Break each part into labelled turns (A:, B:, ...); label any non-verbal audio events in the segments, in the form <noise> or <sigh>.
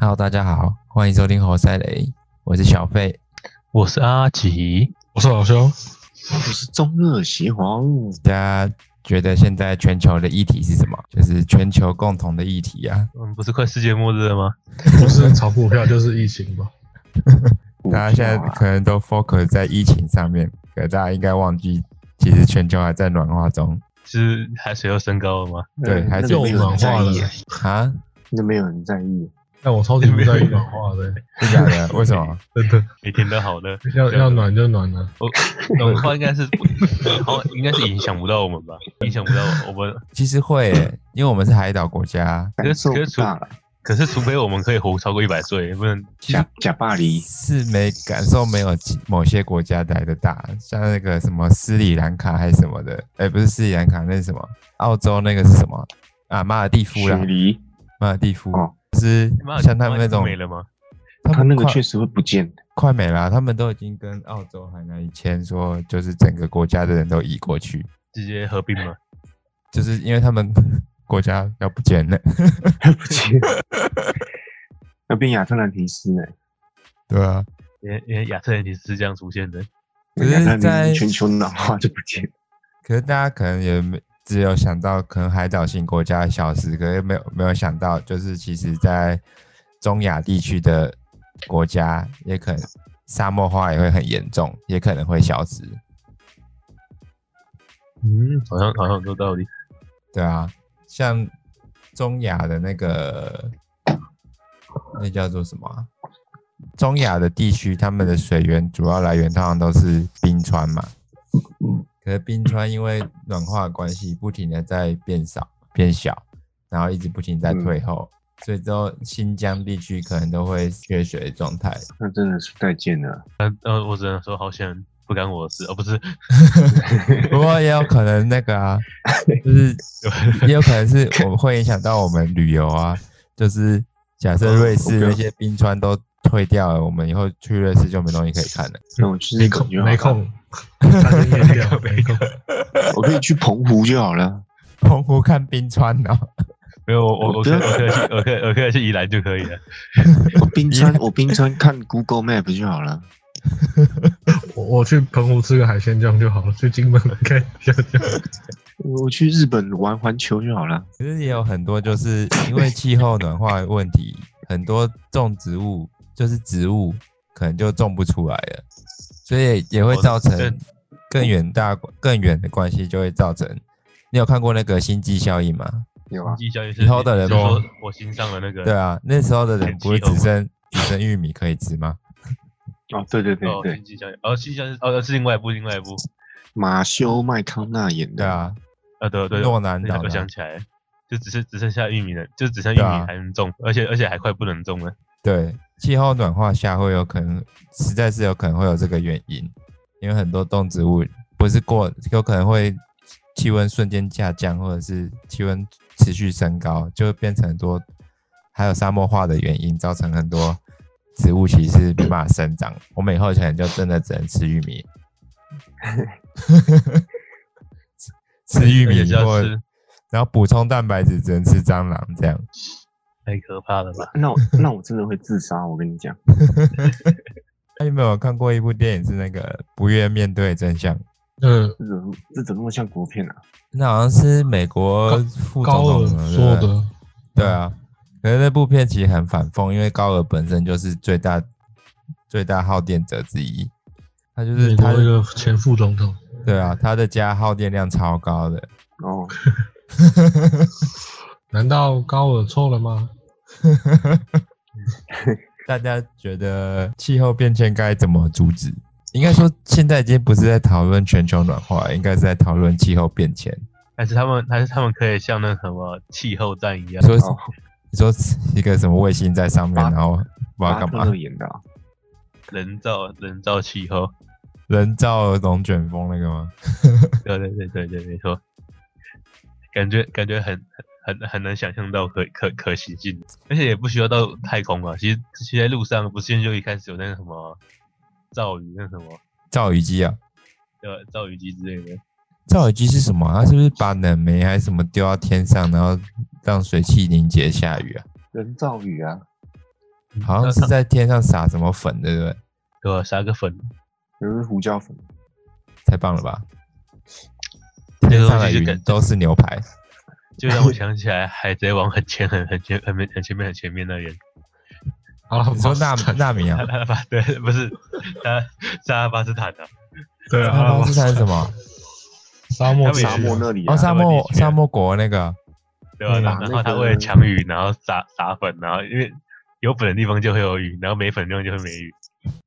A: Hello，大家好，欢迎收听活塞雷，我是小费。
B: 我是阿吉，
C: 我是老兄，
D: 我是中二邪皇，
A: 大家觉得现在全球的议题是什么？就是全球共同的议题啊。
B: 我们不是快世界末日了吗？
C: 不是炒股票就是疫情吧？
A: 大家现在可能都 focus 在疫情上面，可大家应该忘记，其实全球还在暖化中
B: 是海水又升高了吗？
A: 对还是
D: 是呃没有人在意，
A: 啊。
D: 那没有人在意，啊
C: 但我超级不在意暖化
A: <laughs>
C: 的、
A: 真假的？为什么？
C: 真的，
B: 每天都好
A: <laughs>
B: 的，
C: 要要暖就暖啊了。
B: 我暖化应该是，好像应该是影响不到我们吧？影响不到我们，
A: 其实会耶、因为我们是海岛国家，
B: 可
D: 感
B: 是
D: 受
B: 可
D: 不
B: 是除
D: 大了。
B: 可是除非我们可以活超过一百岁，不能
A: 其实
D: 假假巴黎，
A: 是没感受没有其某些国家来的大，像那个什么斯里兰卡还是什么的，哎、不是斯里兰卡，那是什么？澳洲那个是什么？啊，马尔蒂夫
D: 雪
A: 啦，
D: 梨，
A: 马尔蒂夫、
D: 哦
A: 就是
B: 妈
A: 像他们那
B: 妈
A: 种，
B: 没了吗？
A: 他
D: 它
A: 们
D: 那个
A: 快
D: 确实会不
A: <laughs>
D: 见。
A: 快没了啊、他们都已经跟澳洲、海南以前说，就是整个国家的人都移过去，
B: 直接合并
A: <laughs>
B: 吗？
A: 就是因为他们 <laughs> 国家要不见了，
D: 不见， <laughs> 要变亚特兰提斯呢、
A: 对啊，
B: 连连亚特兰提斯是这样出现的，
A: 可是
D: 亚特兰提斯
A: 在
D: 全球暖化就不见，
A: 可是大家可能也没只有想到可能海岛型国家的消失，可是没有没有想到，就是其实在中亚地区的国家也可能沙漠化也会很严重，也可能会消失，
B: 嗯，好像好像有道理。
A: 对啊，像中亚的那个那叫做什么啊、中亚的地区，他们的水源主要来源通常都是冰川嘛。可是冰川因为暖化的关系，不停的在变少、变小，然后一直不停地在退后，所以之后新疆地区可能都会缺水的状态。
D: 那真的是再见
A: 嗯
D: 了。
B: 呃，我只能说好险不干我的事，哦，不是，
A: 不过也有可能那个啊，就是也有可能是我们会影响到我们旅游啊。就是假设瑞士那些冰川都退掉了，我们以后去瑞士就没东西可以看了。
D: 那我去日
C: 没
D: 本
C: 空
D: 就好
A: <laughs>
C: 没空，
D: 了，
C: 三天没聊没空。
D: 我可以去澎湖就好
A: <laughs>
D: 了。
A: 澎湖看冰川哦，
B: 没有我我我可以我可以去我可以我可以去宜兰就可以
A: <laughs>
B: 了。
D: 我冰川，我冰川看 Google Map 就好了。
C: 我我去澎湖吃个海鲜酱就好了，去金门看一下就好了。
D: 我去日本玩环球就好了。
A: 可是也有很多就是因为气候暖化的问题，很多种植物就是植物可能就种不出来了，所以也会造
B: 哦
A: 成
B: 这
A: 更远大更远的关系，就会造成。你有看过那个星际效应吗？
D: 有啊，
B: 经济效益是
A: 以后的人
B: 就是说
A: 吗
B: 我新上了那个，
A: 对啊，那时候的人
B: 很
A: 不是
B: 饥
A: 只
B: 饿嘛
A: 剩只剩玉米可以吃吗？
D: 哦，对对对
B: 哦，
D: 对，
B: 经济效益，哦，经济效益，哦，是另外一部，另外一部，
D: 马修麦康纳演的。
A: 对啊，
B: 啊，对对，
A: 诺兰
B: 那
A: 岛
B: 我
A: 的
B: 想
A: 啊，
B: 起来，就只是只剩下玉米了，就只剩玉
A: 对啊
B: 米还能种，而且而且还快不能种了。
A: 对，气候暖化下会有可能，实在是有可能会有这个原因，因为很多动植物不是过，有可能会气温瞬间下降，或者是气温持续升高，就会变成很多，还有沙漠化的原因，造成很多植物其实是没办法生长。我们以后可能就真的只能吃玉米，吃吃玉
B: 而且
A: 米
B: 是要
A: 或
B: 吃
A: 然后补充蛋白质只能吃蟑螂这样。
B: 太可怕了吧？
D: 那我那我真的会自杀，我跟你讲。
A: 那你们有看过一部电影是那个不愿面对真相？
C: 嗯，
D: 这怎么这怎么那么像国片啊？
A: 那好像是美国副总
C: 高尔
A: 统嘛对
C: 说。
A: 不对
C: 的，
A: 对啊，可是那部片其实很反讽，因为高尔本身就是最大最大耗电者之一，他就
C: 美
A: 是
C: 国
A: 他
C: 一个前副总统，
A: 对啊，他的家耗电量超高的。
D: 哦，
C: 难道高尔错了吗？
A: 大家觉得气候变迁该怎么阻止？应该说，现在已经不是在讨论全球暖化，应该是在讨论气候变迁。
B: 还是他们还是他们可以像那什么气候战一样
A: 你，说
D: 哦
A: 你说一个什么卫星在上面，
D: 巴
A: 然后不知道
D: 巴
A: 干
D: 特勒
A: 嘛，
D: 演的啊，
B: 人造人造气候？
A: 人造龙卷风那个吗？
B: 对对对对对，没错，感觉感觉很很很很难想象到可可可行性，而且也不需要到太空啊。其实现在路上不是现在就一开始有那个什么造雨那什么
A: 造雨机啊，
B: 呃造雨机之类的，
A: 造雨机是什么啊？它是不是把冷媒还是什么丢到天上，然后让水汽凝结下雨啊？
D: 人造雨啊，
A: 好像是在天上撒什么粉，对不对？
B: 对吧、撒个粉，
D: 有是胡椒粉，
A: 太棒了吧！天上
B: 这个东
A: 的
B: 西就
A: 云
B: 感
A: 都是牛排，
B: 就让我想起来《海贼王》很前很很前很前很前面很前面那人，
C: 阿拉
A: 你说
C: 巴斯
A: 纳
D: <laughs>
C: 坦
A: 纳米啊
B: 他？他把对不是他扎拉巴斯坦的，
C: 对啊，
A: 纳
C: 阿拉
A: 巴
C: 巴
A: 斯
C: 斯
A: 坦是什
C: 坦
D: <laughs>
A: 么？
C: 沙漠
B: 他们也
D: 沙
B: 是
D: 漠那里啊
A: 哦，，沙
B: 他们
A: 漠
B: 地区啊
A: 沙漠国那个，
B: 对吧、
C: 嗯
B: 然后然后
D: 那
B: 他
D: 个
B: 为了抢雨，然后撒撒粉，然后因为有粉的地方就会有雨，然后没粉的地方就会没雨，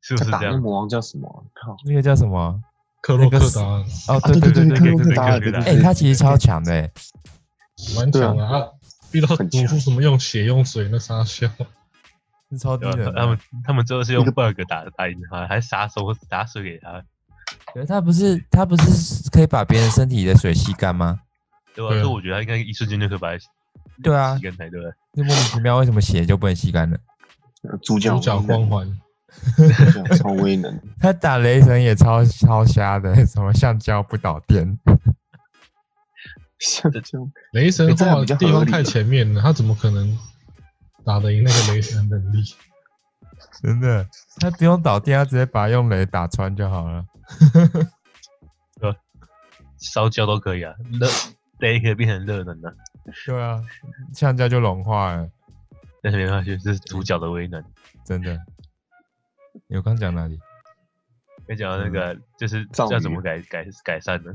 B: 是不
D: 他
B: 是
D: 打
B: 这
D: 那
B: 样？
D: 魔王叫什么啊？靠，
A: 那个叫什么？
C: 克洛
A: 那
C: 克
A: 个是
C: 达尔
A: 哦，
D: 啊
A: 对
D: 对
A: 对对
D: 对，
A: 对
D: 克洛克
A: 对。
D: 达尔，
B: 对
D: 对对
A: 哎，
D: 对，
A: 他其实超强的欸，
C: 蛮强的，他啊逼到
D: 啊很
C: 煮出
D: 强
C: 什么用血用水那傻笑，
A: 是超低
B: 对吧
A: 能？
B: 他
A: 的
B: 们。他们最后是用
D: 啊那
B: bug 打打赢他，还洒手洒水给他，
A: 可是他不是他不是可以把别人身体的水吸干吗？
B: 对吧、
C: 对啊
B: 所以我觉得他应该一瞬间就可以把他
A: 对啊
B: 吸干才对。
A: 就莫名其妙为什么血就不能吸干了？
D: 呃主角
C: 主角光
D: 威
C: 环，
D: 能主角超威能，
A: 他打雷神也超超瞎的， <laughs> 什么橡胶不导电， <laughs>
D: 像这样
C: 雷神
D: 哎这还
C: 画
D: 比较
C: 的
D: 合
C: 地方
D: 理
C: 太前面了，他怎么可能打得赢那个雷神的能
D: <laughs>
C: 力？
A: 真的，他不用导电，他直接把用雷打穿就好了。
B: 烧焦都可以啊，热 <laughs> 雷可以变成热能啊，
A: 对啊，橡胶就融化了，
B: 但是没办法，就是主角的威能。
A: 真的。有刚讲哪里？
B: 跟你
A: 嗯
B: 讲到那个、就是
D: 造
B: 要
D: 语
B: 怎么改改改善呢？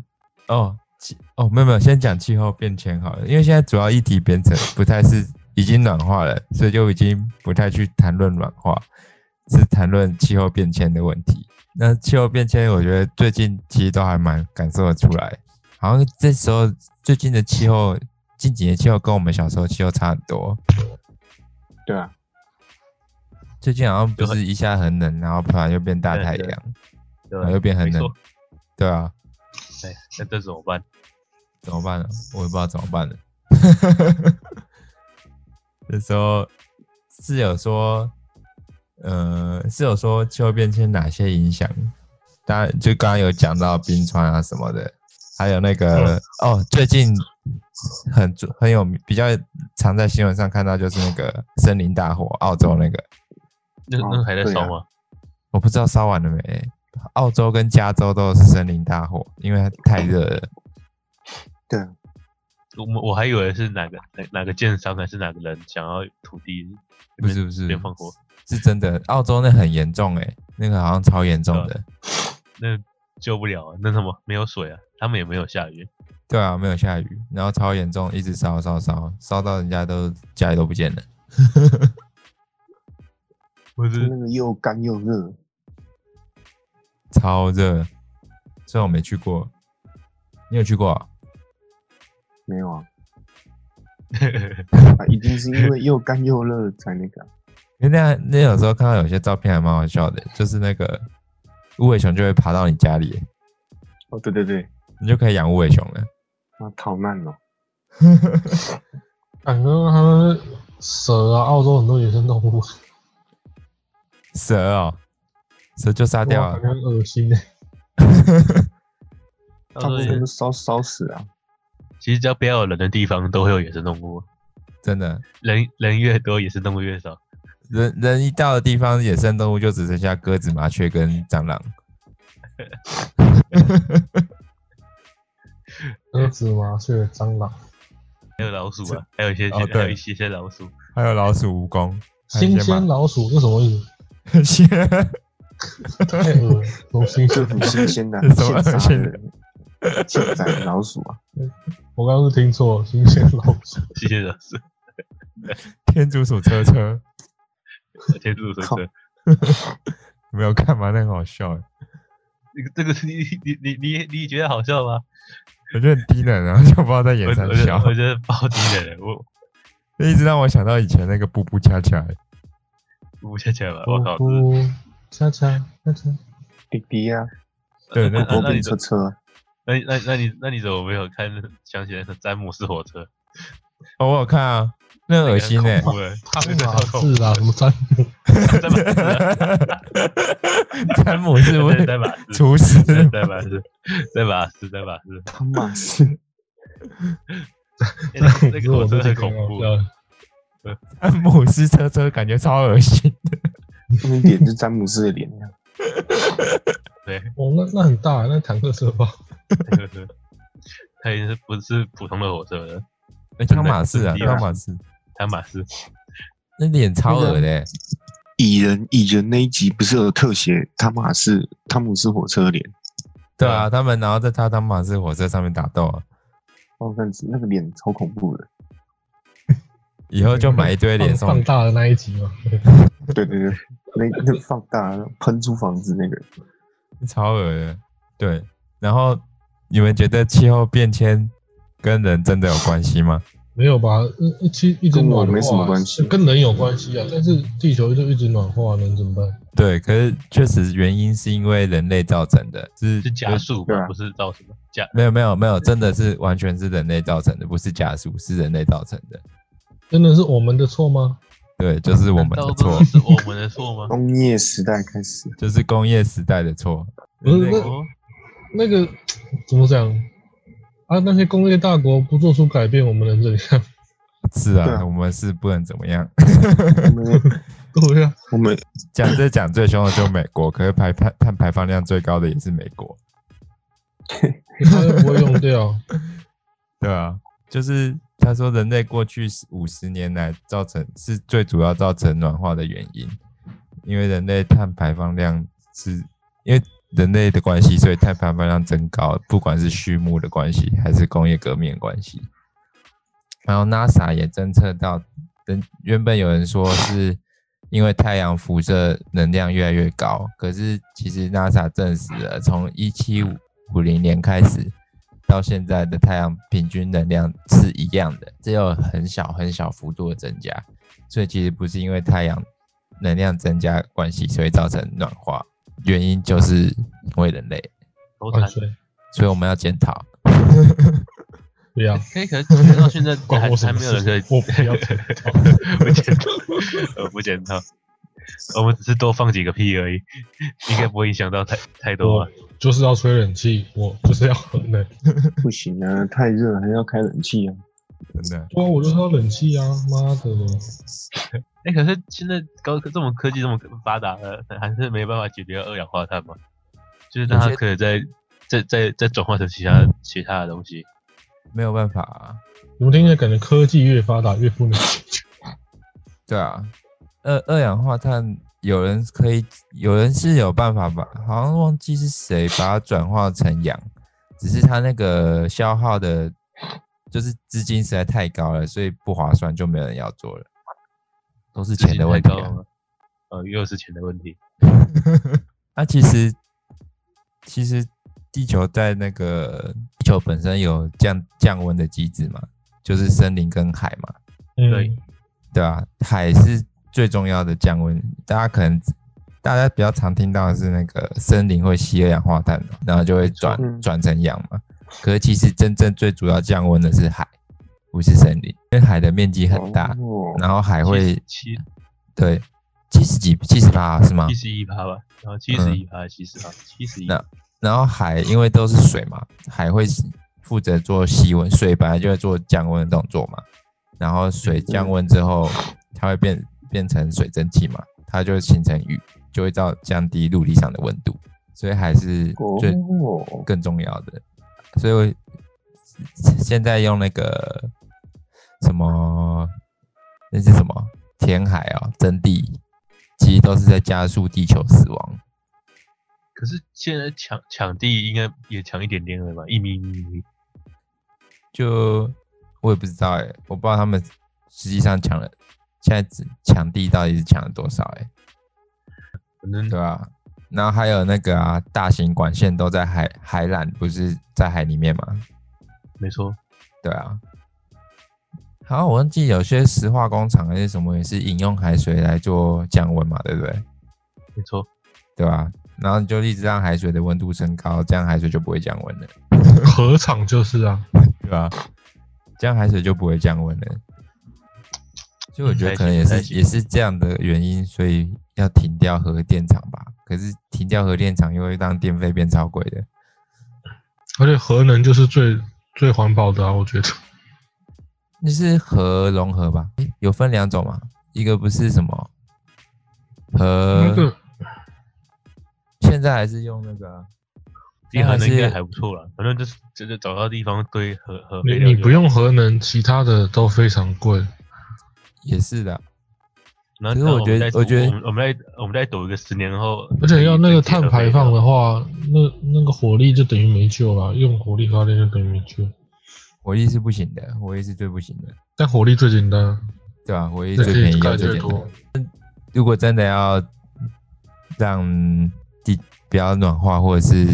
A: 哦，气哦，没有没有，先讲气候变迁好了，因为现在主要议题变成不太是已经暖化了，所以就已经不太去谈论暖化，是谈论气候变迁的问题。那气候变迁，我觉得最近其实都还蛮感受得出来，好像这时候最近的气候，近几年气候跟我们小时候气候差很多。
D: 对啊，
A: 最近好像不
B: 就很
A: 是一下很冷，然后突然又变大
B: 对
A: 太
B: 对
A: 阳，
B: 对
A: 然
B: 吧
A: 后又变很
B: 没
A: 冷
B: 错，
A: 对啊，
B: 哎，那这怎么办？
A: 怎么办呢？我也不知道怎么办了。那时候室友说，呃，室友说气候变迁哪些影响？当然，就刚刚有讲到冰川啊什么的，还有那个、哦，最近很著很有名比较常在新闻上看到，就是那个森林大火，澳洲那个，
B: 那那个还在
D: 对啊
B: 烧吗？
A: 我不知道烧完了没。澳洲跟加州都是森林大火，因为它太热了。
D: 对啊，
B: 我们我还以为是哪个哪哪个建商还是哪个人想要土地
A: 哎不是不是
B: 边放火，
A: 是真的，澳洲那很严重哎、那个好像超严重的。
B: 那救不了啊，那什么没有水啊，他们也没有下雨，
A: 对啊，没有下雨，然后超严重，一直烧烧烧，烧到人家都家里都不见了。
B: 不
D: 就是那个又干又热，
A: 超热，虽然我没去过，你有去过啊、
D: 没有啊，啊一定是因为又干又热才那个啊，
A: 因为那那有时候看到有些照片还蛮好笑的，就是那个无尾熊就会爬到你家里，
D: 哦对对对，
A: 你就可以养无尾熊了。
D: 啊逃难哦，
C: 感觉他们蛇啊，澳洲很多野生动物，
A: 蛇哦，蛇就杀掉啊
C: 哇
A: 了
C: 感。觉很恶心欸
D: 大
B: 到
D: 部
B: 时候
D: 分都烧烧死啊，
B: 其实只要不要有人的地方都会有野生动物，
A: 真的，
B: 人人越多野生动物越少，
A: 人人一到的地方，野生动物就只剩下鸽子、麻雀跟蟑螂。
C: 鸽子、麻雀、蟑
A: <laughs>
C: 螂，
B: 还有老鼠啊，还有一些
A: 哦
B: 还有
A: 对
B: 一些些老鼠，
A: 还有老鼠、蜈蚣， <laughs> 还有一
C: 新
A: 些麻
C: 鲜老鼠，那什
A: <laughs>
C: 么意思？
A: 鲜
C: 太恶了，东西
D: 就很新鲜
A: <laughs>
D: 的啊
A: 什么
D: 现杀
A: 新
D: 的 <laughs> 现宰的老鼠啊，
C: 我刚刚是听错了，新鲜老鼠，
B: 一些老鼠，
A: 天竺鼠车车，
B: 天竺鼠车
D: 靠
B: 车。
A: 你没有看吗？那很好笑欸，
B: 这个这个你你你你你觉得好笑吗？
A: 我觉得很低能啊，就不知道在
B: 我
A: 演
B: 我
A: 三
B: 觉
A: 笑
B: 得，我觉得爆低人，我
A: 这一直让我想到以前那个步步恰恰欸，
B: 我想起来了，我
C: 呼
B: 靠！这
C: 呼，恰恰恰恰，
D: 滴滴啊，
A: 对那
B: 那
D: 波
B: 那
D: 比
B: 你
D: 车
B: 怎
D: 车啊，
B: 那你那那你那你怎么没有看想起来是詹姆斯火车？
A: 哦，我有看啊，那很恶心哎
B: 很，恐怖欸
C: 汤
B: 那个
C: 马
B: 很恐
C: 士啊，什么詹姆，
B: 怖詹姆斯
C: <laughs>
B: 啊
A: 詹姆斯不
B: 对
A: 是
B: 詹姆斯，
A: 厨师
B: 对詹姆斯，詹姆斯，詹姆斯，
D: 他 <laughs> 妈是，
B: 欸那那
C: 这
B: 个火
C: 我
B: 车很
C: 真的 <laughs>
B: 恐怖，
C: 了。
A: 詹姆斯车车感觉超恶心。
D: 那脸是詹姆斯的脸，
B: 对，
C: 哦，那那很大，那坦克车吧？
B: 那个是，它已经是不是普通的火车了？
A: 哎汤马士啊，
B: 真的
A: 汤马士，
B: 它马斯
A: 那脸超恶的欸、
D: 蚁人蚁人那一集不是有特写汤马士汤姆斯火车脸？
A: 对啊，他们然后在他汤马士火车上面打斗啊，
D: 哦，那那个脸超恐怖的。
A: 以后就买一堆脸
C: 放放
A: 送。
C: 大的那一集嘛。
D: 对对对，那那放大喷出房子那个人，
A: 超恶的。对，然后你们觉得气候变迁跟人真的有关系吗？ <laughs>
C: 没有吧？一一其实一直
D: 跟我
C: 暖化
D: 没什么关系
C: 跟人有关系啊。但是地球就一直暖化，能怎么办？
A: 对，可是确实原因是因为人类造成的，是
B: 是加速
D: 对
B: 吧，
D: 啊
B: 不是造什么加
A: 没有没有没有，真的是完全是人类造成的，不是加速，是人类造成的。
C: 真的是我们的错吗？
A: 对，就是我们的错
B: 难道不，是我们的错吗？
D: 工业时代开始，
A: 就是工业时代的错。
C: 不
B: 哦
C: 是
A: 人类
C: 那那个怎么讲啊？那些工业大国不做出改变，我们能怎样？
A: 是
D: 对
A: 啊，
D: 啊
A: 我们是不能怎么样。 <laughs>
D: 我们
C: 对啊呀、
D: 我们
A: 讲这讲最凶的就是美国，可是排碳碳排放量最高的也是美国。
C: 你它又不会用掉，
A: 对啊，就是他说人类过去五十年来造成是最主要造成暖化的原因，因为人类碳排放量是因为人类的关系，所以碳排放量增高，不管是畜牧的关系还是工业革命的关系。然后 NASA 也侦测到，人原本有人说是因为太阳辐射能量越来越高，可是其实 NASA 证实了，从一七五零年开始到现在的太阳平均能量是一样的，只有很小很小幅度的增加，所以其实不是因为太阳能量增加的关系，所以造成暖化，原因就是因为人类，
B: 都
C: 换
B: 谈
C: 水
A: 所以我们要检讨。
C: 不
B: <laughs>
C: 要。
B: 哎可以，可是到现在还
C: 啊关我什
B: 还
C: 么
B: 没有人可以
C: 事，我不要检讨
B: 不检讨， <laughs> 我不检讨，我们只是多放几个屁
A: <laughs>
B: 而已，应该不会影响到太太多啊
C: 我
B: 吧？
C: 就是要吹冷气，我就是要很冷。
D: 不行啊，太热还要开冷气啊。
A: 真的，
C: 对啊，我就是要冷气啊！妈的，
B: 哎、可是现在高这么科技这么发达了，还是没办法解决二氧化碳嘛？就是让它
A: 有些
B: 可以再再再再转化成其他其他的东西。
A: 没有办法、啊。
C: 你们听起来感觉科技越发达越不能。
A: 对啊，二二氧化碳有人可以，有人是有办法把，好像忘记是谁把它转化成氧，只是它那个消耗的，就是资金实在太高了，所以不划算，就没有人要做了，都是钱的问题、
B: 资金太
A: 啊
B: 高。了呃，又是钱的问题。
A: 那、啊其实，其实地球在那个地球本身有降降温的机制嘛，就是森林跟海嘛。
B: 对
C: 嗯， <laughs>
A: 对啊，海是最重要的降温。大家可能大家比较常听到的是那个森林会吸二氧化碳嘛，然后就会转
D: 嗯
A: 转成氧嘛。可是其实真正最主要降温的是海，不是森林，因为海的面积很大，
D: 哦
A: 然后海会
B: 七
A: 对七十几七十八是吗
B: 七？十一趴吧，然后七十一趴、七十趴、七十一，
A: 啊嗯那然后海因为都是水嘛，海会负责做吸温，水本来就会做降温的动作嘛。然后水降温之后，它会变变成水蒸气嘛，它就会形成雨，就会到降低陆地上的温度，所以海是最
D: 哦
A: 更重要的。所以我现在用那个什么，那是什么填海啊、征地，其实都是在加速地球死亡。
B: 可是现在抢抢地应该也抢一点点了吧？一米一米一米，
A: 就我也不知道哎、我不知道他们实际上抢了，现在只抢地到底是抢了多少哎、
B: 反正
A: 对吧、然后还有那个啊，大型管线都在海海缆，不是在海里面吗？
B: 没错，
A: 对啊。好，我忘记有些石化工厂还是什么也是饮用海水来做降温嘛，对不对？
B: 没错，
A: 对吧、然后你就一直让海水的温度升高，这样海水就不会降温了，
C: 河场就是啊，
A: 对吧、这样海水就不会降温了。所以我觉得可能也
B: 嗯不太
A: 是
B: 行
A: 也是这样的原因，所以要停掉核电厂吧。可是停掉核电厂又会让电费变超贵的。
C: 而且核能就是最最环保的啊，我觉得。
A: 那是核融合吧？诶有分两种嘛，一个不是什么
C: 那
A: 核，
C: 个
A: 现在还是用那个啊，
B: 地核能应该
A: 是
B: 还不错啦，反正就是真的找到地方堆核核废
C: 你
B: 料
C: 你
B: 就
C: 不
B: 好
C: 用，核能，其他的都非常贵。
A: 也是的，啊
B: 然
A: 可
B: 后
A: 是
B: 然后
A: 我
B: 们
A: 觉得
B: 再
A: 我觉得
B: 我们我们再我们再赌一个十年后，
C: 而且要那
B: 整
C: 个
B: 体
C: 碳
B: 核
C: 排
B: 废料
C: 放的话，那那个火力就等于没救了，用火力发电就等于没救。
A: 火力是不行的，火力是最不行的，
C: 但火力最简单，
A: 对吧、火力
C: 这
A: 最
C: 可
A: 便
C: 以
A: 宜又
C: 盖
A: 最
C: 最
A: 简单
C: 多。。
A: 如果真的要让地不要暖化，或者是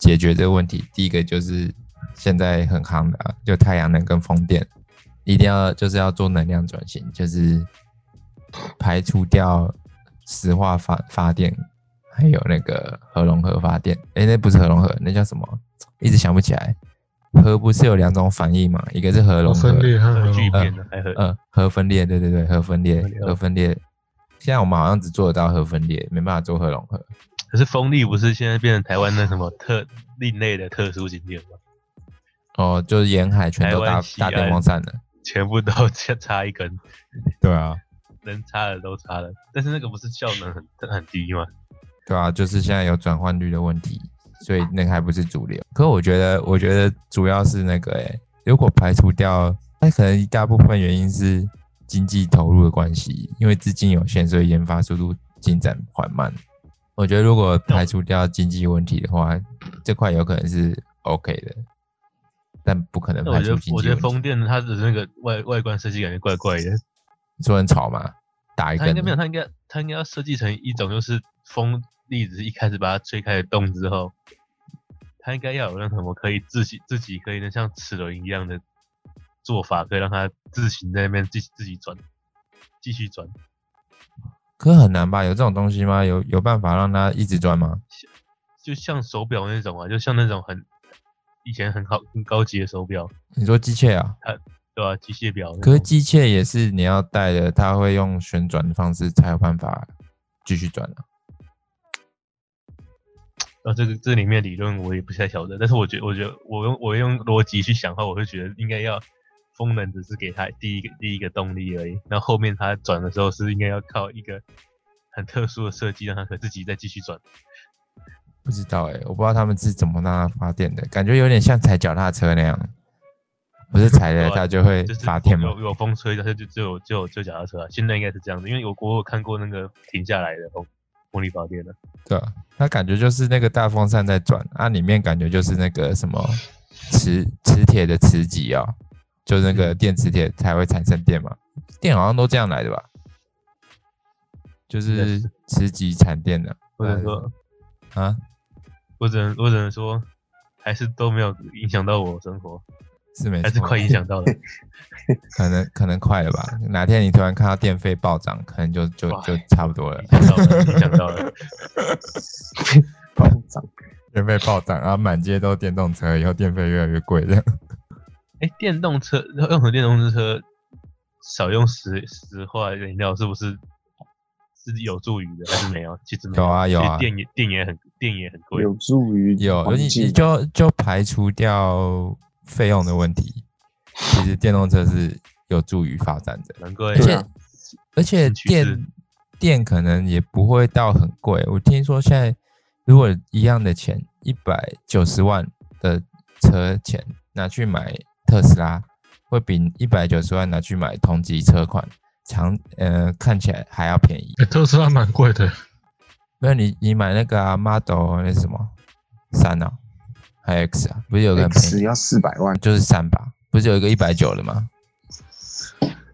A: 解决这个问题，第一个就是现在很夯的啊，就太阳能跟风电，一定要就是要做能量转型，就是排除掉石化发发电，还有那个核融合发电。诶，那不是核融合，那叫什么？一直想不起来。核不是有两种反应嘛？一个是核融合
C: 分，裂和
B: 核
C: 核
B: 聚
C: 融
B: 变的还核
A: 呃，核分裂，对对对，核分裂
B: 分裂，嗯
A: 核分裂。现在我们好像只做得到核分裂，没办法做核融合。
B: 可是风力不是现在变成台湾那什么特另类的特殊景点吗？
A: 哦，就是沿海全都
B: 台湾
A: 大
B: 西
A: 大电
B: 岸
A: 风扇了。
B: 全部都 <laughs> 插插一根，
A: 对啊，
B: 能插的都插了，但是那个不是效能很很低吗？
A: 对啊，就是现在有转换率的问题，所以那个还不是主流。可我觉得，我觉得主要是那个、欸，如果排除掉，那可能一大部分原因是经济投入的关系，因为资金有限，所以研发速度进展缓慢。我觉得如果排除掉经济问题的话，这块有可能是 OK 的，但不可能
B: 那我
A: 排
B: 觉
A: 除
B: 得
A: 经
B: 我
A: 济
B: 觉得
A: 问
B: 风
A: 题。
B: 电它的那个外外观设计感觉怪怪的，
A: 说很吵嘛，打一
B: 它应
A: 根
B: 该没有，它应该它应该要设计成一种就是风力只是一开始把它吹开的动之后，它应该要有那什么可以自己自己可以那像齿轮一样的做法，可以让它自行在那边自己自己转，继续转。
A: 可很难吧？有这种东西吗？有有办法让它一直转吗？
B: 就像手表那种啊，就像那种很以前很好很高级的手表，
A: 你说机械啊？
B: 对吧、机械表那种。
A: 可是机械也是你要带的，它会用旋转的方式才有办法继续转啊。
B: 呃，这个这里面理论我也不太晓得，但是我觉我觉得我用我用逻辑去想的话，我会觉得应该要风能只是给它第一个第一个动力而已，然后后面它转的时候是应该要靠一个很特殊的设计让它可自己再继续转。
A: 不知道哎、我不知道他们是怎么让它发电的，感觉有点像踩脚踏车那样，不是踩了
B: 对啊
A: 它就会
B: 就是
A: 发电吗
B: 有？有风吹，它就就就有就有就有脚踏车啊。现在应该是这样子，因为我我有看过那个停下来的风风力发电的、
A: 对啊，它感觉就是那个大风扇在转，啊，里面感觉就是那个什么磁磁铁的磁极啊、哦，就是那
B: 嗯
A: 个电磁铁才会产生电嘛，电好像都这样来的吧？就
B: 应该
A: 是
B: 是
A: 磁极产电的、
B: 或者说
A: 啊，
B: 我只能我只能说，还是都没有影响到我生活，
A: 是没错，
B: 还是快影响
A: <laughs>
B: 到了。
A: 可能可能快了吧？哪天你突然看到电费暴涨，可能就就
B: 哇
A: 就差不多了
B: 影。响到了，影响到了。
D: 班长，
A: 电费暴涨，然后满街都电动车，以后电费越来越贵这样。
B: 哎、电动车用和电动车少用石石化饮料，是不是是有助于的，还是没有？其实没
A: 有啊有啊
B: 其实电也电也很电也很贵。
D: 有助于
A: 有，
D: 环
A: 你
D: 境
A: 你就就排除掉费用的问题，其实电动车是有助于发展的，
B: 难怪
A: 而
D: 对
A: 且、
D: 啊
A: 而且
B: 趋势
A: 电电可能也不会到很贵。我听说现在如果一样的钱，一百九十万的车钱拿去买特斯拉，会比一百九十万拿去买同级车款长呃看起来还要便宜。
C: 哎、特斯拉蛮贵的，
A: 没有你你买那个啊 Model 那是什么三啊，还有 X 啊，不是有个很便宜
D: X 要四百万，
A: 就是三吧，不是有一个一百九的吗？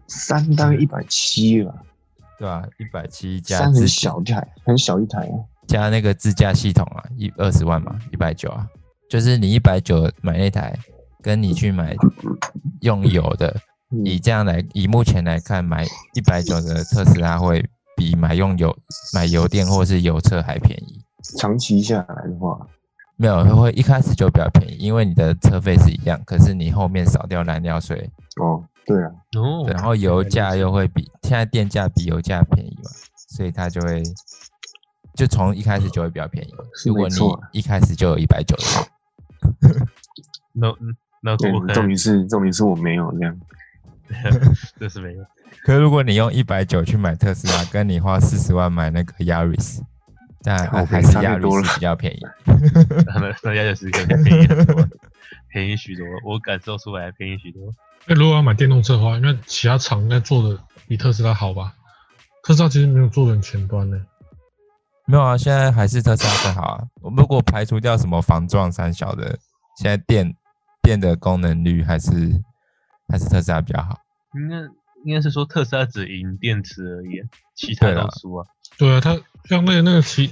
D: 三单一百七了，
A: 对吧、啊？一百七加
D: 三
A: 自
D: 很小台，很小一台啊。
A: 加那个自驾系统啊，一二十万嘛，一百九啊，就是你一百九买那台，跟你去买用油的，
D: 嗯
A: 以这样来，以目前来看，买一百九的特斯拉会比买用油买油电或是油车还便宜。
D: 长期下来的话，
A: 没有，会一开始就比较便宜，因为你的车费是一样，可是你后面少掉燃料税，
D: 哦，对啊，
B: 哦
A: 对然后油价又会比现在电价比油价便宜嘛，所以它就会就从一开始就会比较便宜。
D: 是
A: 如果
D: 没
A: 你
D: 错啊
A: 一开始就有一百九的话，
B: 那那
D: 对
B: 我，可
D: 重
B: 能
D: 嗯点是重点是我没有这样，
B: 这是没有。
A: 可是如果你用一百九去买特斯拉，跟你花四十万买那个 Yaris，但
D: 靠
A: 还
D: 北
A: 是
D: 差太多
A: Yaris
D: 了
A: 比较便宜。
B: 那那家就是可能便宜很多，便宜许多，我感受出来便宜许多。
C: 那如果要买电动车的话，因为其他厂应该做的比特斯拉好吧？特斯拉其实没有做的很前端呢、
A: 没有啊，现在还是特斯拉最好啊。我们如果排除掉什么防撞三小的，现在电电的功能率还是还是特斯拉比较好。
B: 应该应该是说特斯拉只赢电池而已，其他
A: 对啦
B: 都输啊。
C: 对啊，他像那个那个奇，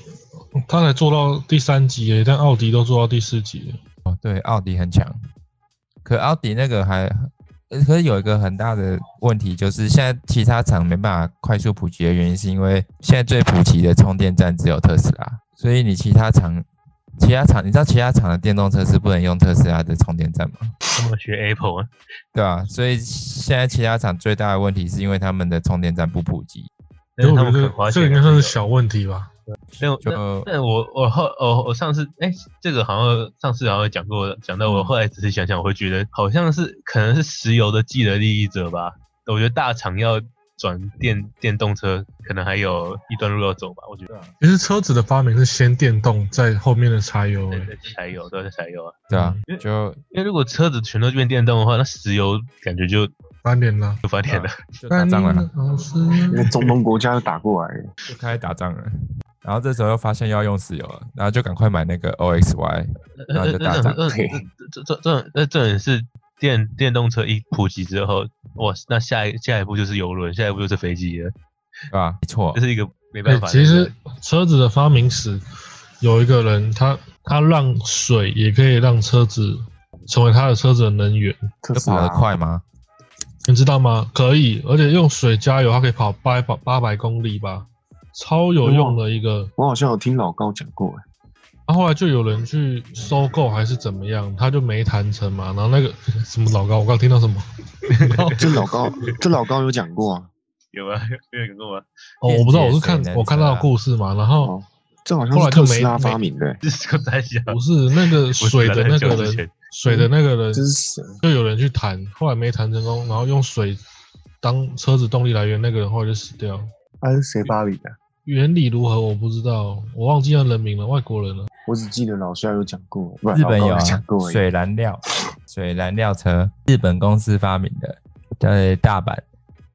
C: 他才做到第三集诶，但奥迪都做到第四集了。
A: 哦，对，奥迪很强，可奥迪那个还，呃可是有一个很大的问题，就是现在其他厂没办法快速普及的原因，是因为现在最普及的充电站只有特斯拉，所以你其他厂，其他厂，你知道其他厂的电动车是不能用特斯拉的充电站吗？
B: 他们学 Apple 啊，
A: 对吧、所以现在其他厂最大的问题是因为他们的充电站不普及，
B: 但是
C: 我
B: 他
C: 觉
B: 们肯
C: 得
B: 花
C: 这
B: 钱
C: 个
B: 还是有。
C: 应该算是小问题吧。
B: 但我
A: 就
B: 但但我我后我我上次哎、这个好像上次好像有讲过，讲到我后来仔细想想，我会觉得好像是可能是石油的既得利益者吧。我觉得大厂要转电电动车，可能还有一段路要走吧。我觉得
C: 其实车子的发明是先电动，在后面的柴油、
B: 对
C: 欸。
B: 对柴油对柴油啊，
A: 对啊
B: 因为，
A: 就
B: 因为如果车子全都变电动的话，那石油感觉就
C: 翻脸了，
B: 就翻脸了。
A: 就打仗了，
C: 老师，
D: 那中东国家就打过来了，
A: 就开始打仗了。然后这时候又发现要用石油了，然后就赶快买那个 OXY，然后就大涨。
B: 呃
D: 对
B: 这这这这这也是电电动车一普及之后，哇，那下一下一步就是游轮，下一步就是飞机了，
A: 对吧？没错
B: 这，是一个没办法的。
C: 其实车子的发明史有一个人，他他让水也可以让车子成为他的车子的能源，
D: 特
A: 这
D: 斯
A: 跑得
D: 拉
A: 快吗？
C: 你知道吗？可以，而且用水加油，它可以跑八百八百公里吧，超有用的一个。
D: 我好像有听老高讲过，
C: 然后后来就有人去收购还是怎么样，他就没谈成嘛。然后那个 <laughs> 什么老高，我刚听到什么？
D: <laughs> 这老高这老高有讲过啊，
B: 有吗？ <laughs> 有有过吗？
C: 哦，我不知道，我是
A: 电解水
C: 看
A: 能
C: 我看到
A: 者
C: 的
A: 啊
C: 故事嘛。然后
D: 哦，这好像
C: 后
D: 是
C: 来就
D: 特
C: 没
D: 斯拉发明的、欸，
B: 这是个在想，
C: 不是那个
B: 是
C: 水
B: 啦
C: 的
B: 在
C: 那
B: 很久
C: 个
B: 之
C: 人
B: 前，
C: 水的那个人
D: 这是谁？
C: 就有人去谈，后来没谈成功，然后用水当车子动力来源，那个人后来就死掉。
D: 他啊是谁发明的？
C: 原理如何我不知道，我忘记那人名了，外国人了。
D: 我只记得老肖有讲过，不然
A: 日
D: 老高
A: 本有啊
D: 讲过、，欸。
A: 水燃料，水燃料车，日本公司发明的，在大阪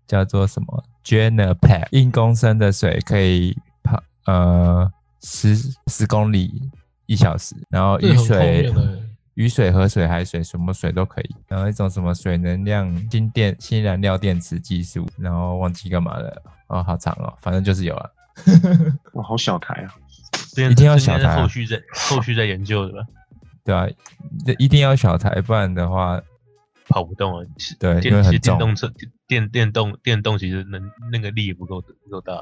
A: 叫做什么 j e n e p a d 一公升的水可以跑呃十十公里一小时，然后
C: 这
A: 雨
C: 很后
A: 水
C: 面的欸
A: 雨水、河水、海水，什么水都可以。然后一种什么水能量新电新燃料电池技术，然后忘记干嘛了，哦，好长哦，反正就是有啊。
D: 哇，好小台啊！
B: 这边
A: 一定要
B: 这边
A: 小台啊
B: 后续在后续在研究的吧，
A: 对啊，这一定要小台，不然的话，
B: 跑不动啊。其
A: 对因为
B: 电
A: 很
B: 其实电
A: 重
B: 动车电电动电动其实能那个力也不够不够大，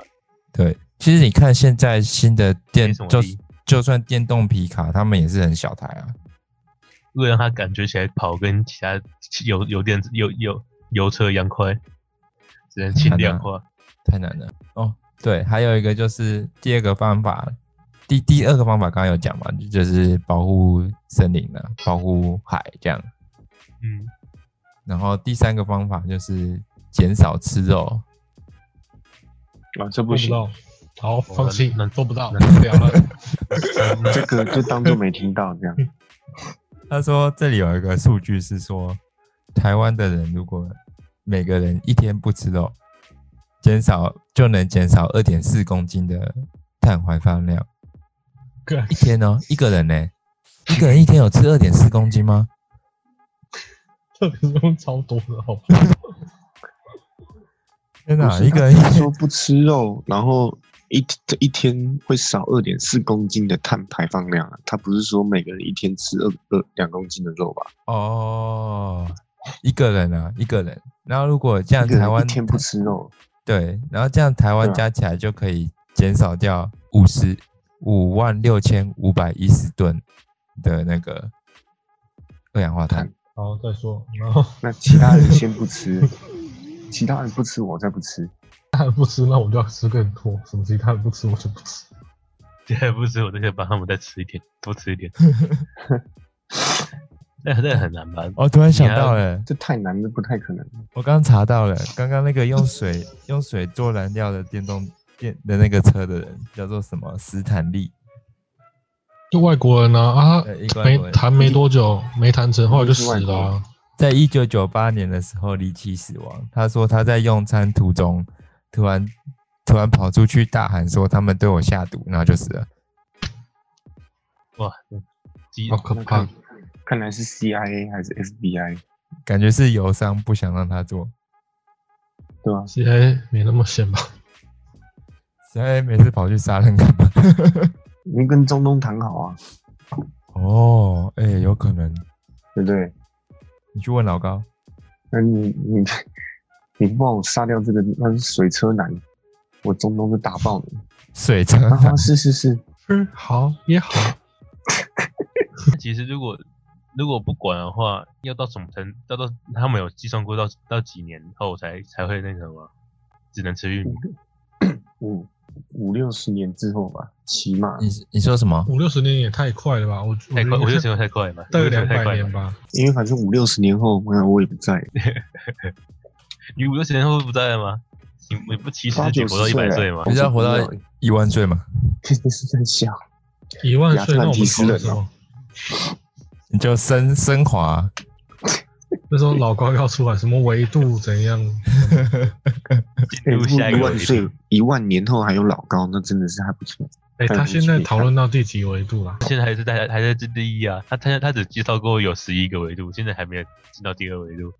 A: 对，其实你看现在新的电
B: 没什么
A: 就
B: 力
A: 就算电动皮卡，他们也是很小台啊。
B: 为了让它感觉起来跑跟其他油油电油油油车一样快，只能轻量化。
A: 太难了哦。对，还有一个就是第二个方法，第第二个方法刚刚有讲嘛，就就是保护森林啊，保护海这样。
B: 嗯，
A: 然后第三个方法就是减少吃肉，
D: 啊，这
C: 做
D: 不
C: 不
D: 行，
C: 到，好，放弃
B: 那，
C: 做不到，不了 <laughs> 了。
D: 这个就当做没听到这样。
A: 他说这里有一个数据是说，台湾的人如果每个人一天不吃肉，减少就能减少二点四公斤的碳排放量。
C: 干
A: 一天哦，一个人呢、一个人一天有吃二点四公斤吗？
C: 这个是超多的，好吧？
A: 天哪，
D: 不是
A: 一个人一
D: 他
A: 天
D: 说不吃肉，然后一这一天会少二点四公斤的碳排放量啊。他不是说每个人一天吃二二两公斤的肉吧？
A: <laughs> 哦，一个人啊，一个人。然后如果这样，
D: 一个
A: 台
D: 人一
A: 湾
D: 天不吃肉，
A: 对，然后这样台湾
D: 对啊
A: 加起来就可以减少掉五十五万六千五百一十吨的那个二氧化碳
D: 碳。
C: 好，再说，然后
A: <laughs>
D: 那其他人先不吃，其他人不吃我再不吃。
C: 他不吃，那我就要吃更多。什么其他人不吃，我就不吃。
A: <laughs>
B: 这还不止我这些，帮他们再吃一点，多吃一点。那那很难吧？
A: 哦我突然想到了，
D: 这太难了，不太可能。
A: 我刚刚查到了，刚刚那个用水用水做燃料的电动电的那个车的人叫做什么？斯坦利，
C: 就外国人啊，啊
A: 呃，一个外
C: 他没
A: 国人
C: 谈没多久，没谈成，后来就死
D: 是外
C: 了
D: 国
C: 啊、
A: 在一九九八年的时候离奇死亡。他说他在用餐途中突然突然跑出去大喊说他们对我下毒，然后就死了。
B: 哇，鸡
A: 哦
C: 好可
D: 那
C: 怕
D: 看！看来是 CIA 还是 FBI，
A: 感觉是友商不想让他做，
D: 对吧、啊？
C: 是哎，没那么闲吧？
A: 所以每次跑去杀人干嘛？
D: 你跟中东谈好啊，
A: 哦，哎、有可能。
D: 对不对？
A: 你去问老高，
D: 那你你你不帮我杀掉这个，那是水车男，我中东就打爆
A: <laughs>
D: 你。
A: 水车
D: 啊
A: 男
D: 哈，是是是，
C: <laughs> 嗯，好也好，
B: 其实如果如果不管的话，要到什么程，要到他们有计算过到到几年后才才会那个吗？只能吃玉米，
D: 五五六十年之后吧，起码
A: 你是你说什么？
C: 五六十年也太快了吧？我
B: 太快，我就
C: 就
B: 觉得太快了吧，
C: 大概
B: 我就觉
C: 两
B: 得太
C: 百
B: 快了
C: 年。吧。
D: 因为反正五六十年后，我我也不 <laughs> 在，
B: 你五六十年后会不在了吗？你你不七十
D: 八
B: 就
D: 九
B: 活到一
D: 十
B: 百
D: 岁
B: 岁
D: 啊
B: 吗
A: 你？要活到一万岁嘛？
D: 这是在笑。
C: 一万岁，那我
D: 亚特兰
C: 们
D: 蒂斯
C: 考
D: 人哦
C: 什么？
A: 你就升升华，
C: 那时候老高要出来，什么维度怎样？
B: 进入下一
D: 哎一
B: 个
D: 万
B: 维
D: 岁
B: 度。，
D: 一万年后还有老高，那真的是还不错。
C: 哎，
D: 看
C: <laughs> 他
D: 不
C: 现
D: 起
C: 在
D: 你
C: 讨论到第几维度啊了？
B: 现在还是在还在这第一啊，他他他只介绍过有十一个维度，现在还没有进到第二维度，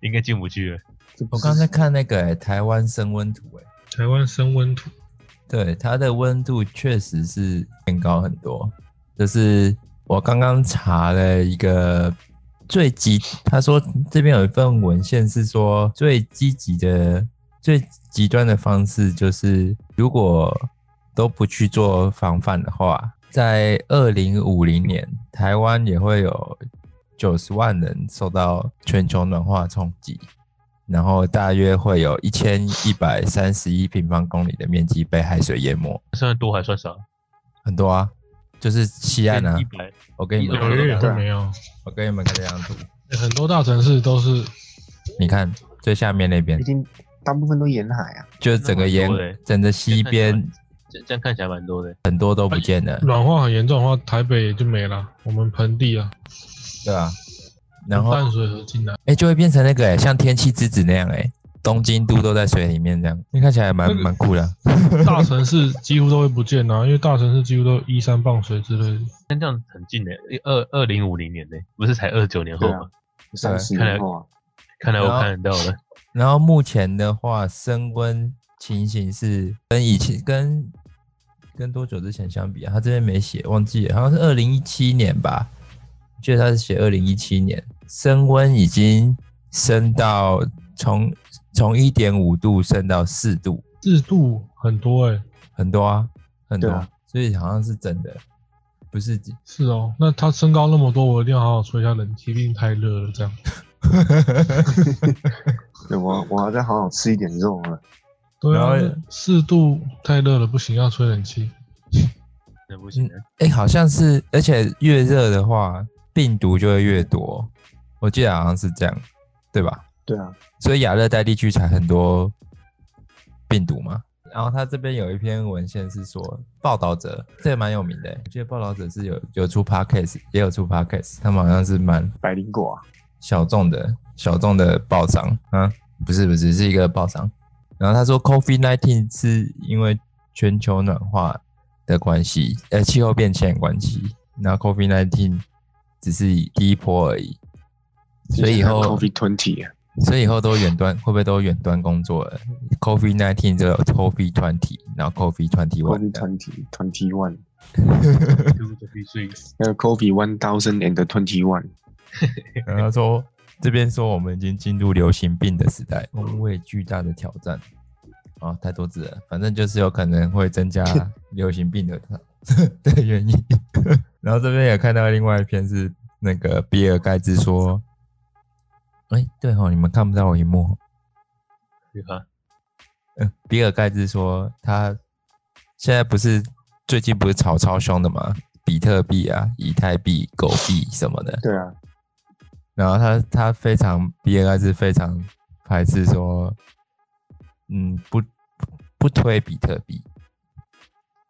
B: 应该进不去了。
D: 这不
A: 我
D: 是
A: 刚才看那个、欸、台湾升温图、欸，
C: 台湾升温图，
A: 对，它的温度确实是变高很多。就是我刚刚查了一个最极，他说这边有一份文献是说最积极的、最极端的方式，就是如果都不去做防范的话，在二零五零年，台湾也会有九十万人受到全球暖化冲击。然后大约会有一千一百三十一平方公里的面积被海水淹没，
B: 算多还算少？
A: 很多啊，就是西岸啊
B: 一。百
A: 我给你们
B: 一
A: 看
C: 纽
A: 这
C: 约
A: 张
C: 也
A: 图，
C: 会没有，
A: 我给你们看这张图，
C: 哎很多大城市都是
A: 你看最下面那边
D: 毕，竟大部分都沿海啊，
A: 就整个沿
B: 那蛮多的欸
A: 整个西边
B: 这这样看起来嗯蛮多的。
A: 很多都不见了，
C: 软化很严重的话，台北也就没了，我们盆地啊，
A: 对吧、然
B: 嗯
A: 后
C: 淡水河进来，
A: 哎，就会变成那个哎，像天气之子那样哎，东京都都在水里面这样，那看起来蛮
C: 那个
A: 蛮酷的啊。
C: 大城市几乎都会不见啊，因为大城市几乎都依山傍水之类的。
B: 但这样很近呢、二二零五零年呢、不是才二九年后
D: 对
B: 吗？
D: 啊三十
B: 看来
D: 年后啊，
B: 看来我
A: 然后
B: 看得到了，
A: 然后目前的话，升温情形是跟以前跟跟多久之前相比啊？他这边没写，忘记了，好像是二零一七年吧，我记得他是写二零一七年，升温已经升到从从一点五度升到四度，
C: 制度很多哎、
A: 很多啊，很多，
D: 对啊
A: 所以好像是真的，不是几
C: 是哦，那他身高那么多，我一定要好好吹一下冷气，毕竟太热了。这样，
D: 对我我要再好好吃一点肉了。
C: 对啊
A: 然后，
C: 四度太热了，不行，要吹冷气。
B: 那不行、啊。
A: 哎、好像是，而且越热的话，病毒就会越多，我记得好像是这样，对吧？
D: 对啊，
A: 所以亚热带地区才很多病毒嘛。然后他这边有一篇文献是说，报道者这也蛮有名的，我记得报道者是有有出 podcast，也有出 podcast，他们好像是蛮
D: 百灵果啊，
A: 小众的小众的报商啊，不是不是是一个报商。然后他说，COVID-19 是因为全球暖化的关系，呃，气候变迁的关系，然后 COVID-19 只是第一波而已，所以以后
D: COVID twenty 啊，
A: 所以以后都远端，会不会都远端工作了？Coffee nineteen 这个 Coffee twenty，然后 Coffee twenty
D: ，COVID
A: one，
D: twenty twenty one，
B: Two to three, three
D: 还有 COVID one thousand and twenty one，
A: 然后他说这边说我们已经进入流行病的时代，因为巨大的挑战啊，太多字了，反正就是有可能会增加流行病的 <laughs> 的原因。 <laughs> 然后这边也看到另外一篇是那个比尔盖茨说，哎，对哦，你们看不到我荧幕哦。
B: 对吧？
A: 嗯，比尔盖茨说他现在不是最近不是炒超凶的吗？比特币啊、以太币、狗币什么的，
D: 对啊，
A: 然后他他非常 BNI 是非常排斥说，嗯，不不推比特币，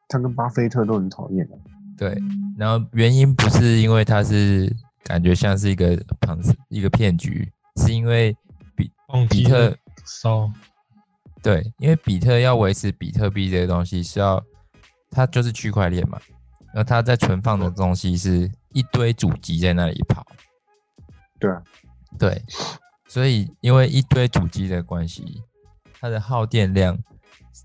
D: 他跟巴菲特都很讨厌的。
A: 对，然后原因不是因为它是感觉像是一个庞氏一个骗局，是因为比
C: 放
A: 比
C: 低
A: 特
C: 烧，啊
A: 对，因为比特要维持比特币这些东西是要，它就是区块链嘛，然后它在存放的东西是一堆主机在那里跑，
D: 对啊，
A: 对，所以因为一堆主机的关系，它的耗电量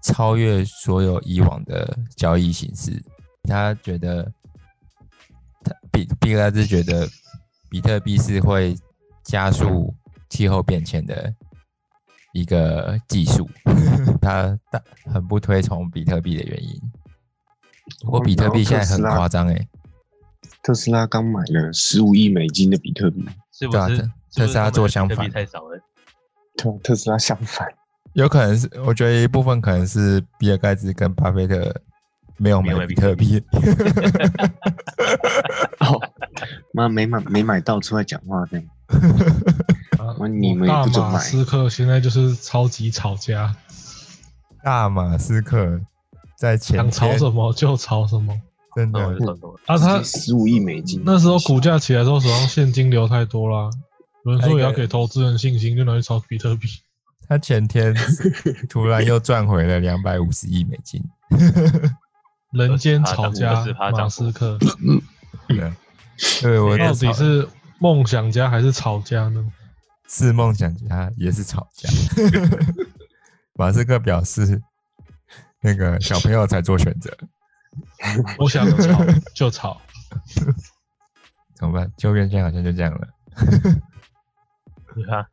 A: 超越所有以往的交易形式。他觉得，他比比格拉兹觉得，比特币是会加速气候变迁的一个技术，他大很不推崇比特币的原因。不过
D: 哦
A: 比特
D: 然后
A: 币现在
D: 特斯
A: 很
D: 拉
A: 夸张哎，
D: 特斯拉刚买了十五亿美金的比特币，
B: 是不
A: 对啊
B: 是
A: 特？特
B: 是不
A: 斯
B: 是
A: 拉
B: 他们
A: 做
B: 的比
A: 相
B: 特币
A: 反
B: 太少了，
D: 特特斯拉相反，
A: 有可能是，我觉得一部分可能是比尔盖茨跟巴菲特没有
B: 没有
A: 买
B: 买
A: 比
B: 比
A: 特
B: 特
A: 币，
D: 哦， <laughs> 妈没买没买到出来讲话这样。
C: 啊
D: 哇你们也
C: 大
D: 不准
C: 马
D: 买
C: 斯克现在就是超级吵架，
A: <laughs> 大马斯克在前
C: 想吵
A: 天
C: 什么就吵什么。
A: 真
B: 那我
A: 的
B: 就算多了。
C: 啊，他
D: 十五亿美金，
C: 那时候股价起来之后，手上现金流太多啦。有人说也要给投资人信心，就拿去炒比特币。
A: 他前
C: <laughs>
A: 天突然又赚回了两百五十亿美金，
C: 人间吵架
B: 20%，涨幅
C: 马斯克
A: 对，
B: 嗯
A: 对我在
C: 到底
A: 吵
C: 是梦想家还是吵架呢？
A: 是梦想家也是吵
B: <laughs>
A: 架。马斯克表示，那个小朋友才做选择，
C: 我想吵就吵，
A: 怎么办？邱元现在好像就这样了。
B: 你看，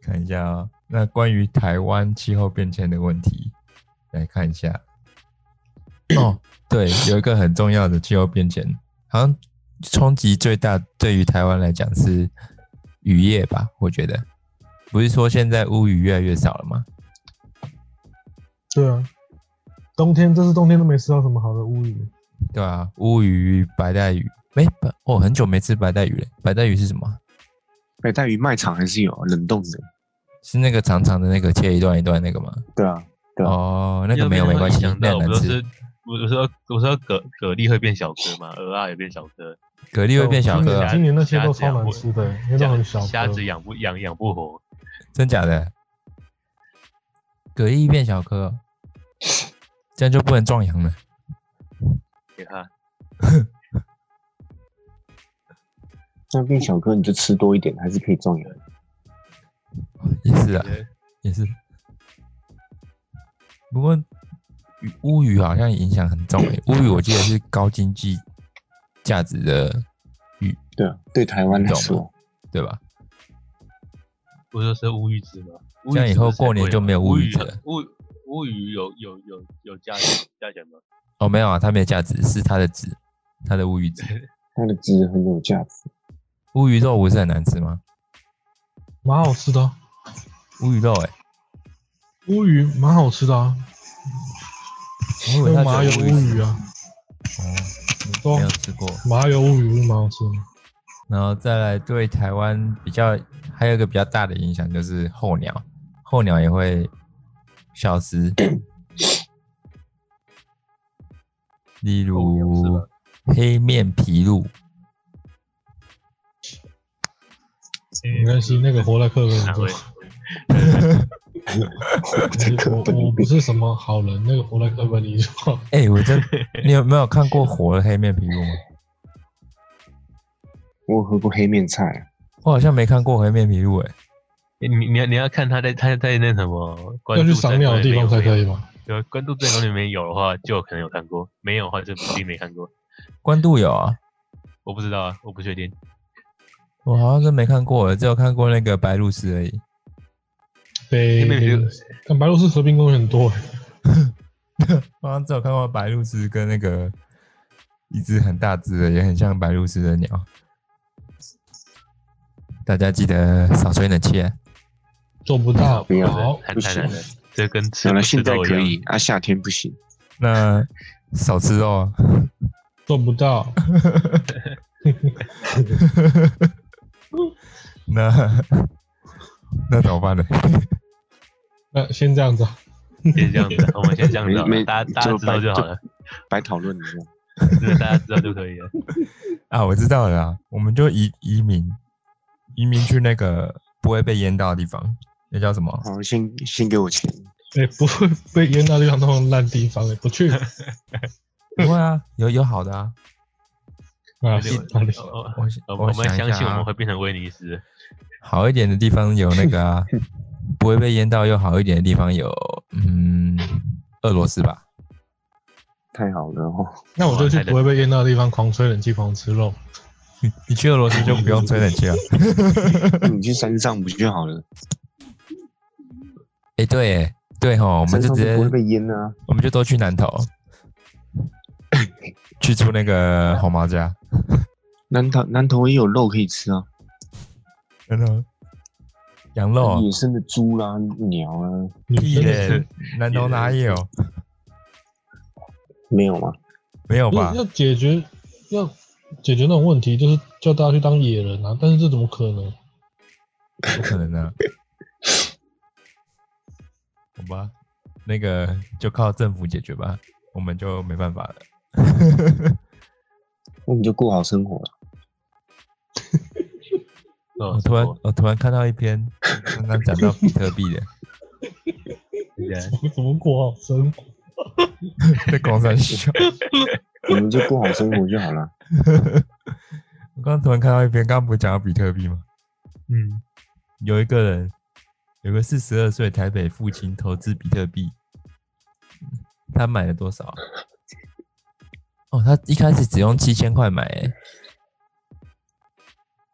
A: 看一下啊、那关于台湾气候变迁的问题，来看 <coughs> 一下。哦，对，有一个很重要的气候变迁，好像冲击最大，对于台湾来讲是渔业吧？我觉得，不是说现在乌鱼越来越少了吗？
C: 对啊。冬天这次冬天都没吃到什么好的乌鱼，
A: 对啊，乌鱼、白带鱼，没白哦，很久没吃白带鱼了。白带鱼是什么啊？
D: 北带鱼卖场还是有啊冷冻的，
A: 是那个长长的那个切一段一段那个吗？
D: 对啊，对啊
A: 哦，那个没有没关系，
B: 想
A: 那
B: 到
A: 很难
B: 我不
A: 吃
B: 是。我我说我说蛤蛤蜊会变小颗嘛，鹅啊也变小颗，
A: 蛤蜊会变小
C: 今
A: 颗
C: 年
A: 啊，
C: 今年那些都超难吃的，因为都很小颗。
B: 虾子养不养养不活，
A: 真假的？蛤蜊变小颗哦，这样就不能壮阳了。
B: 给他
D: 那变小哥你就吃多一点，还是可以种养。
A: 也是啊，也是。不过鱼乌鱼好像影响很重诶、乌鱼我记得是高经济价值的鱼，
D: 对啊，对台湾来
A: 你懂
D: 说，
A: 对吧？
B: 不是说乌鱼子吗？乌
A: 这样
B: 鱼
A: 以
B: 子
A: 后
B: 不是才
A: 过年
B: 贵
A: 就
B: 吗
A: 没有乌
B: 乌
A: 鱼
B: 鱼
A: 子
B: 很
A: 了
B: 乌乌鱼有有有有价钱价钱吗？
A: 哦，没有啊，它没有价值，是它的值，它的乌鱼
C: <laughs>
A: 值。
D: 它的值很有
B: <laughs>
D: 价值。
A: 乌鱼肉不是很难吃吗？
C: 蛮好吃的啊、
A: 乌鱼肉欸诶、
C: 乌鱼蛮好吃的啊，
A: 我以为
C: 有
A: 它
C: 麻油
A: 只有
C: 乌
A: 鱼
C: 鱼
A: 子
C: 啊，
A: 哦，
C: 都
A: 没有吃过。
C: 麻油乌鱼不是蛮好吃的吗。
A: 然后再来对台湾比较，还有一个比较大的影响就是候鸟，候鸟也会消失， <coughs> 例
B: 候鸟
A: 如
B: 是
A: 黑面琵鹭，
B: 嗯
C: 没关系，那个活在克跟你
B: 哪
C: 做
B: 位？。
C: 我 <laughs> 我不是什么好人，那个活在课本里说，
A: 哎、我真，你有没有看过活的黑面琵鹭吗？
D: 我有喝过黑面菜啊，
A: 我好像没看过黑面琵鹭、哎，
B: 你你要你要看他在他在那什么关
C: 要去
B: 注
C: 赏鸟的地方才可以吧？
B: 有啊关渡镇公园里面有的话，就有可能有看过；没有的话，就一定没看过。
A: 关渡有啊，
B: 我不知道啊，我不确定。
A: 我好像真没看过，只有看过那个白鹭鸶而已。
C: 北
B: 黑面琵鹭
C: 看白鹭是和平公园很多欸，
A: 我好像只有看过白鹭鸶跟那个一只很大只的，也很像白鹭鸶的鸟。大家记得少吹冷气、啊。
C: 做不到。
D: 不要
C: 好，
B: 太
D: 不
B: 太难
D: 行
B: 了，这跟吃
D: 原来
B: 不
D: 现
B: 吃
D: 在
B: 肉一
D: 可
B: 样。
D: 以啊，夏天不行。
A: 那少吃肉啊。
C: 做不到。
A: 那 <laughs> 那怎么办呢？
C: 那先这样子啊，
B: 先这样子，啊我们先这样子好了，
D: 没
B: 嗯大家大家
D: 就
B: 知道
D: 白
B: 就好了，
D: 白讨论一下。
B: 对，大家知道就可以
A: <laughs>
B: 了。
A: 啊，我知道了啦，我们就移移民，移民去那个不会被淹到的地方，那叫什么？
D: 好，先先给我钱，
C: 哎、不会被淹到地方那种烂地方、哎，不去啊，
A: 不会啊，有有好的啊。
C: 是哪里？
B: 哦
A: 我想
B: 哦
A: 我
B: 我们
A: 想一
B: 相
A: 下
B: 信我
A: 啊
B: 们会变成威尼斯，
A: 好一点的地方有那个
D: <laughs>
A: 啊，不会被淹到；又好一点的地方有，嗯，俄罗斯吧。
D: 太好了
B: <laughs>
D: 哦。
C: 那我就去不会被淹到的地方狂吹冷气、狂吃肉。
A: 你去俄罗斯就不用吹冷气了。
D: 你去山上不就好了？
A: 哎、对耶，对吼，我
D: 我
A: 们就直接
D: 不，会被淹啊。
A: 我们就都去南
D: <laughs>
A: 投，去住那个红毛家。
D: 南头南头也有肉可以吃啊，
A: 真的，羊肉啊
D: 野生的猪啦、鸟啊，
C: 你
A: 屁
C: 真的
A: 嘞，南投哪有？
D: 没有吗？
A: 没有
C: 不
A: 吧
C: 是？要解决要解决那种问题，就是叫大家去当野人啊！但是这怎么可能？ <laughs>
A: 不可能啊！ <laughs> 好吧，那个就靠政府解决吧，我们就没办法了。
D: 那你就过好生活了。
B: 哦
A: 我，突然我突然看到一
B: <laughs>
A: 篇刚刚讲到比特币的，
B: 然
C: 我怎么过好生活？
A: 在工商笑。 <laughs>
D: 我们就过好生活就好了。
A: 我刚刚突然看到一篇，刚刚不是讲到比特币吗？
B: 嗯，
A: 有一个人，有个四十二岁台北父亲投资比特币，他买了多少啊、哦，他一开始只用七千块买、欸，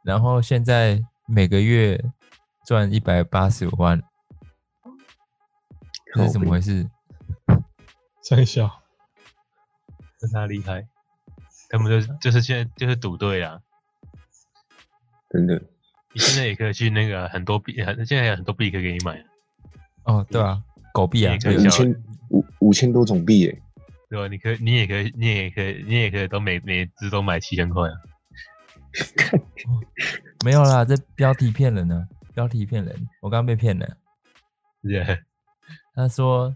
A: 然后现在每个月赚一百八十五万，这是怎么回事？
C: 三小，
B: 跟他厉害，他们就就是现在就是赌对啊。
D: 真的，
B: 你现在也可以去那个很多币，很现在有很多币可以给你买，啊
A: 哦，对啊，狗币啊，
B: 也可以
A: 对
B: 这
D: 五
B: 样
A: 啊，
D: 千五五千多种币耶，
B: 对吧？你可以，你也可以，你也可以，你也可以都每每只都买七千块啊。
A: 没有啦，这标题骗人呢、标题骗人，我刚刚被骗了。
B: 对， <laughs>
A: 他说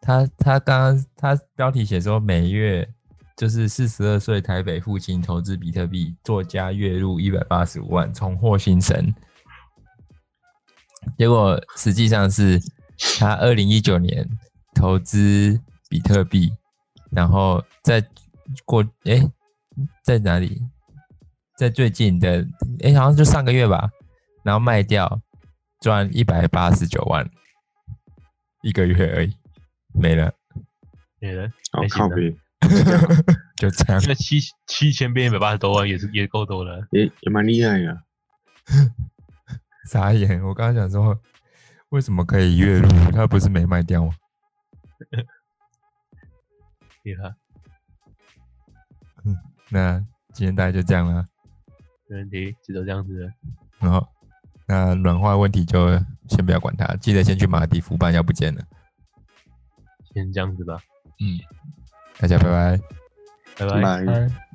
A: 他他刚刚他标题写说每月就是四十二岁台北父亲投资比特币，作家月入一百八十五万，重获新生。结果实际上是他二零一九年投资比特币，然后在过诶，在哪里？在最近的诶，好像就上个月吧，然后卖掉赚一百八十九万，一个月而已，没了，
B: 也能
D: 好
B: 还行
D: 哦靠
B: 啊
D: 背，
A: 就
B: <laughs>
A: 这样。
B: 那七七千变一百八十多万也是也够多了。
D: 也也蛮厉害的啊。
A: 傻眼！我刚刚想说，为什么可以月入？他不是没卖掉吗？
B: 厉害，
A: 那今天大概就这样了。
B: 没问题，只能这样子了。
A: 然后，那软化问题就先不要管它，记得先去马蒂夫办，要不见了。
B: 先这样子吧，
A: 嗯，大家拜拜。
B: 拜拜。
D: 拜。
A: 嗯
C: 哎。